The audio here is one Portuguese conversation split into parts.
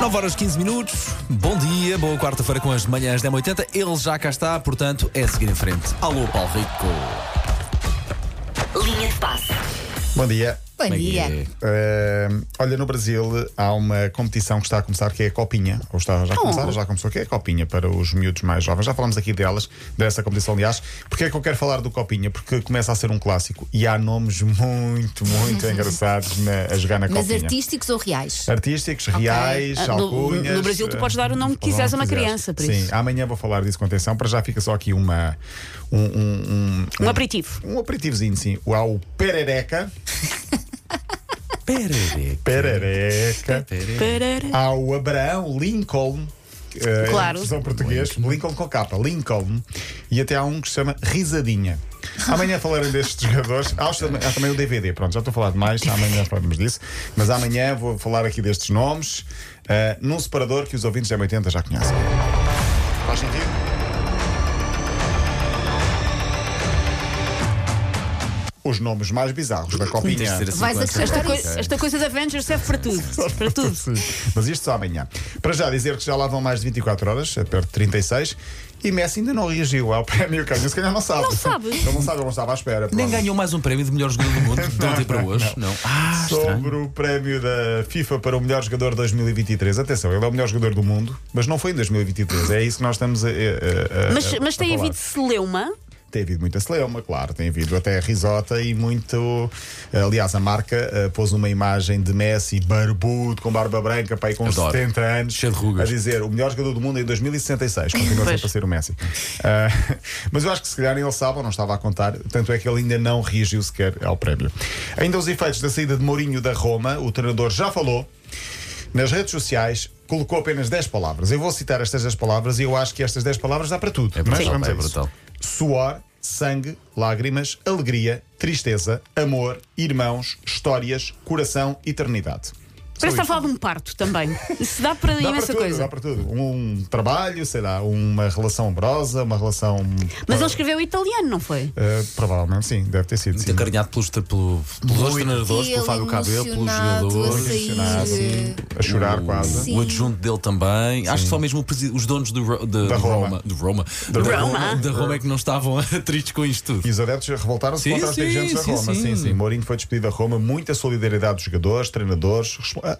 9 horas 15 minutos, bom dia, boa quarta-feira com as manhãs 10h80. Ele já cá está, portanto é seguir em frente. Alô, Paulo Rico. Linha de passe. Bom dia. Bom é dia. Eh, olha, no Brasil há uma competição que está a começar que é a Copinha. Ou está já a Oh. começar, ou já começou, que é a Copinha para os miúdos mais jovens. Já falámos aqui delas, dessa competição, aliás. Porquê é que eu quero falar do Copinha? Porque começa a ser um clássico e há nomes muito, muito engraçados na- a jogar na Mas Copinha. artísticos ou reais? Artísticos, reais, Ah, no- alcunhas. no Brasil tu eh, podes dar o nome que quiseres a uma quiseres. criança, por Sim, isso. amanhã vou falar disso com atenção. Para já fica só aqui uma, um, um, um, Um aperitivo. um aperitivozinho, sim. Há o Perereca. Pera, Perereca. Há o Abraão Lincoln. eh, Claro. Em versão português, Lincoln. com capa, Lincoln, e até há um que se chama Risadinha. Amanhã falarem destes jogadores. Há, os tam- há também o DVD, pronto, já estou a falar demais, amanhã falaremos disso. Mas amanhã vou falar aqui destes nomes eh, num separador que os ouvintes da M80 já conhecem. Faz sentido? Os nomes mais bizarros da Copinha. Vais Esta, acrescentar coi- isso? esta coisa da Avengers serve para tudo. Para tudo. Sim. Mas isto só amanhã. Para já dizer que já lá vão mais de 24 horas, é perto de 36, e Messi ainda não reagiu ao prémio, que se calhar não sabe. Não sabe. Ele não sabe, ele não estava à espera. Nem pronto. ganhou mais um prémio de melhor jogador do mundo de ontem para hoje. Não. Ah, estranho. Sobre o prémio da FIFA para o melhor jogador de 2023. Atenção, ele é o melhor jogador do mundo, mas não foi em 2023. É isso que nós estamos a. a- a- a- Mas, mas a tem falar. havido celeuma. Tem havido muita celeuma, claro, tem havido até risota e muito. Aliás, a marca eh, pôs uma imagem de Messi barbudo, com barba branca, pai com Adoro. 70 anos, Cheio de rugas. a dizer o melhor jogador do mundo em 2066. Continua Pois. sempre a ser o Messi. Ah, mas eu acho que se calhar ele sabe ou não estava a contar, tanto é que ele ainda não reagiu sequer ao prémio. Ainda os efeitos da saída de Mourinho da Roma, o treinador já falou nas redes sociais. Colocou apenas 10 palavras. Eu vou citar estas 10 palavras e eu acho que estas 10 palavras dá para tudo. É brutal, Mas vamos a é isso. brutal. Suor, sangue, lágrimas, alegria, tristeza, amor, irmãos, histórias, coração, eternidade. Parece que está a falar de um parto também. Isso dá para Dá para imensa tudo, coisa. dá para tudo. Um trabalho, sei lá, uma relação amorosa, uma relação. Mas ele escreveu italiano, não foi? Eh, provavelmente sim, deve ter sido. Muito Sim. acarinhado pelos, pelo, pelos dois treinadores, E pelo ele Fábio Cabelo, pelos emocionado a jogadores. sair, Ah, sim. A chorar quase. O adjunto dele também. Acho que só mesmo o presi- os donos do, Ro- de, Da de Roma. Roma. Do Roma. Da Da Roma. Roma. Da Roma é que não estavam tristes com isto E tudo. os adeptos revoltaram-se Sim, contra os sim, dirigentes da sim, Roma. Sim, sim. sim. Mourinho foi despedido da Roma. Muita solidariedade dos jogadores, treinadores. respo- Ah,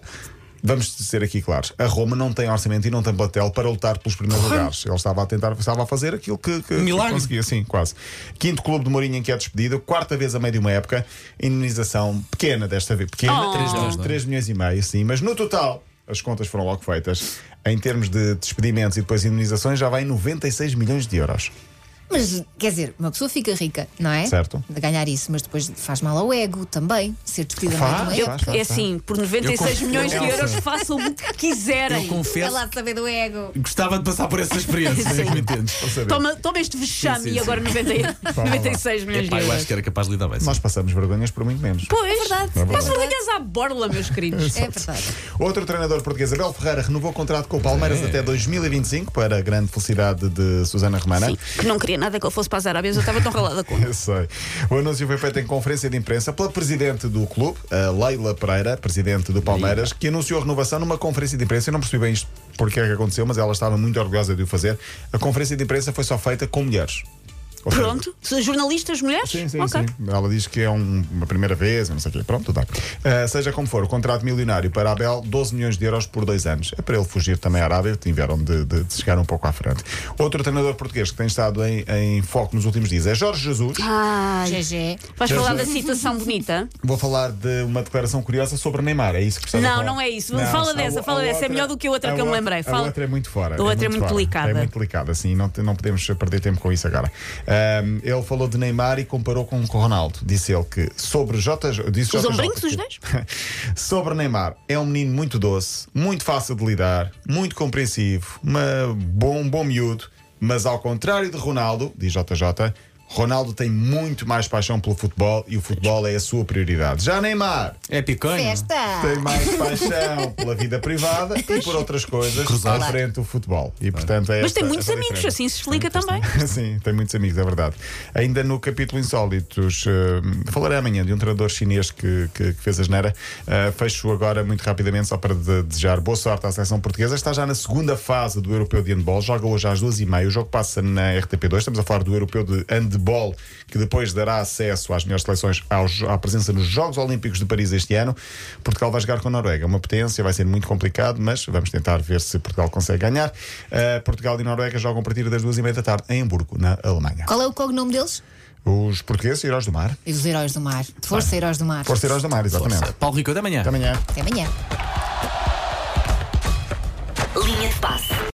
Vamos ser aqui claros. A Roma não tem orçamento e não tem plantel para lutar pelos primeiros lugares. Ele estava a tentar, estava a fazer aquilo que, que, Milagre. que conseguia, sim, quase. Quinto clube de Mourinho em que é despedido, quarta vez a meio de uma época, indenização pequena desta vez, pequena, Oh. 3 milhões, milhões, Três não é? e meio, sim, mas no total as contas foram logo feitas. Em termos de despedimentos e depois indenizações, já vai em 96 milhões de euros. Mas quer dizer, uma pessoa fica rica, não é? Certo. De ganhar isso, mas depois faz mal ao ego também. Ser despedida Faz, mais do eu- ego. Faz, faz, É faz. assim, por 96 milhões de euros façam o que Eu quiserem. Fica confesso lá de saber do ego. que gostava de passar por essa experiência. Sim. é que me entendes? Para saber. Toma, toma este vexame Sim, sim, e agora 90 e- 96 milhões de Epá, eu euros. acho que é- era capaz de lidar bem. sim. Nós passamos vergonhas por muito menos. Pois, verdade, é mas verdade. ligas à borla, meus queridos. É verdade. Outro treinador português, Abel Ferreira, renovou o contrato com o Palmeiras É. até 2025, para a grande felicidade de Susana Romana. É, Sim, que não queria nada que ele fosse para as Arábias, eu estava tão ralada com ele. Eu sei. O anúncio foi feito em conferência de imprensa pela presidente do clube, a Leila Pereira, presidente do Palmeiras, que anunciou a renovação numa conferência de imprensa. Eu não percebi bem isto porque é que aconteceu, mas ela estava muito orgulhosa de o fazer. A conferência de imprensa foi só feita com mulheres. Ou seja, Pronto, jornalistas, mulheres? Sim, sim, Ok. sim. Ela diz que é um- uma primeira vez, não sei o quê. Pronto, tudo bem. Ah, seja como for, o contrato milionário para Abel, 12 milhões de euros por dois anos. É para ele fugir também à Arábia, tiveram de, de- de chegar um pouco à frente. Outro treinador português que tem estado em, em foco nos últimos dias é Jorge Jesus. Ah. Ai, GG. vais falar da citação bonita? Vou falar de uma declaração curiosa sobre Neymar, é isso que estás a Não, falar? não é isso. Fala dessa, fala dessa. É melhor do que a outra que eu me lembrei. A Fala. outra é muito fora. A outra é muito fora. delicada. É muito delicada, sim. Não, te- não podemos perder tempo com isso agora. Ahm, ele falou de Neymar e comparou com o Ronaldo. Disse ele que sobre JJ. Disse Os JJ, ombrinhos, os dois? sobre Neymar, é um menino muito doce, muito fácil de lidar, muito compreensivo, uma bom, bom miúdo, mas ao contrário de Ronaldo, diz JJ, Ronaldo tem muito mais paixão pelo futebol e o futebol é a sua prioridade. Já Neymar É picanha. Festa! Ah. tem mais paixão pela vida privada e por outras coisas Cruzado. à frente do futebol. E, portanto, é Mas tem esta- muitos esta a amigos, diferença. assim se explica também. Sim, tem muitos amigos, é verdade. Ainda no capítulo Insólitos, eh, falarei amanhã de um treinador chinês que, que, que fez a geneira. Eh, fecho agora muito rapidamente, só para de- desejar boa sorte à seleção portuguesa. Está já na segunda fase do Europeu de Handball, joga hoje às duas e meia. O jogo passa na RTP2. Estamos a falar do Europeu de Handball, que depois dará acesso às melhores seleções aos- à presença nos Jogos Olímpicos de Paris este ano. Portugal vai jogar com a Noruega. Uma potência, vai ser muito complicado, mas vamos tentar ver se Portugal consegue ganhar. Eh, Portugal e Noruega jogam a partir das duas e meia da tarde em Hamburgo, na Alemanha. Qual é o cognome deles? Os portugueses, heróis do mar. E os Heróis do Mar. Força, Heróis do Mar. Força, heróis do mar, exatamente. Paulo Rico, até amanhã. Até amanhã. Até amanhã.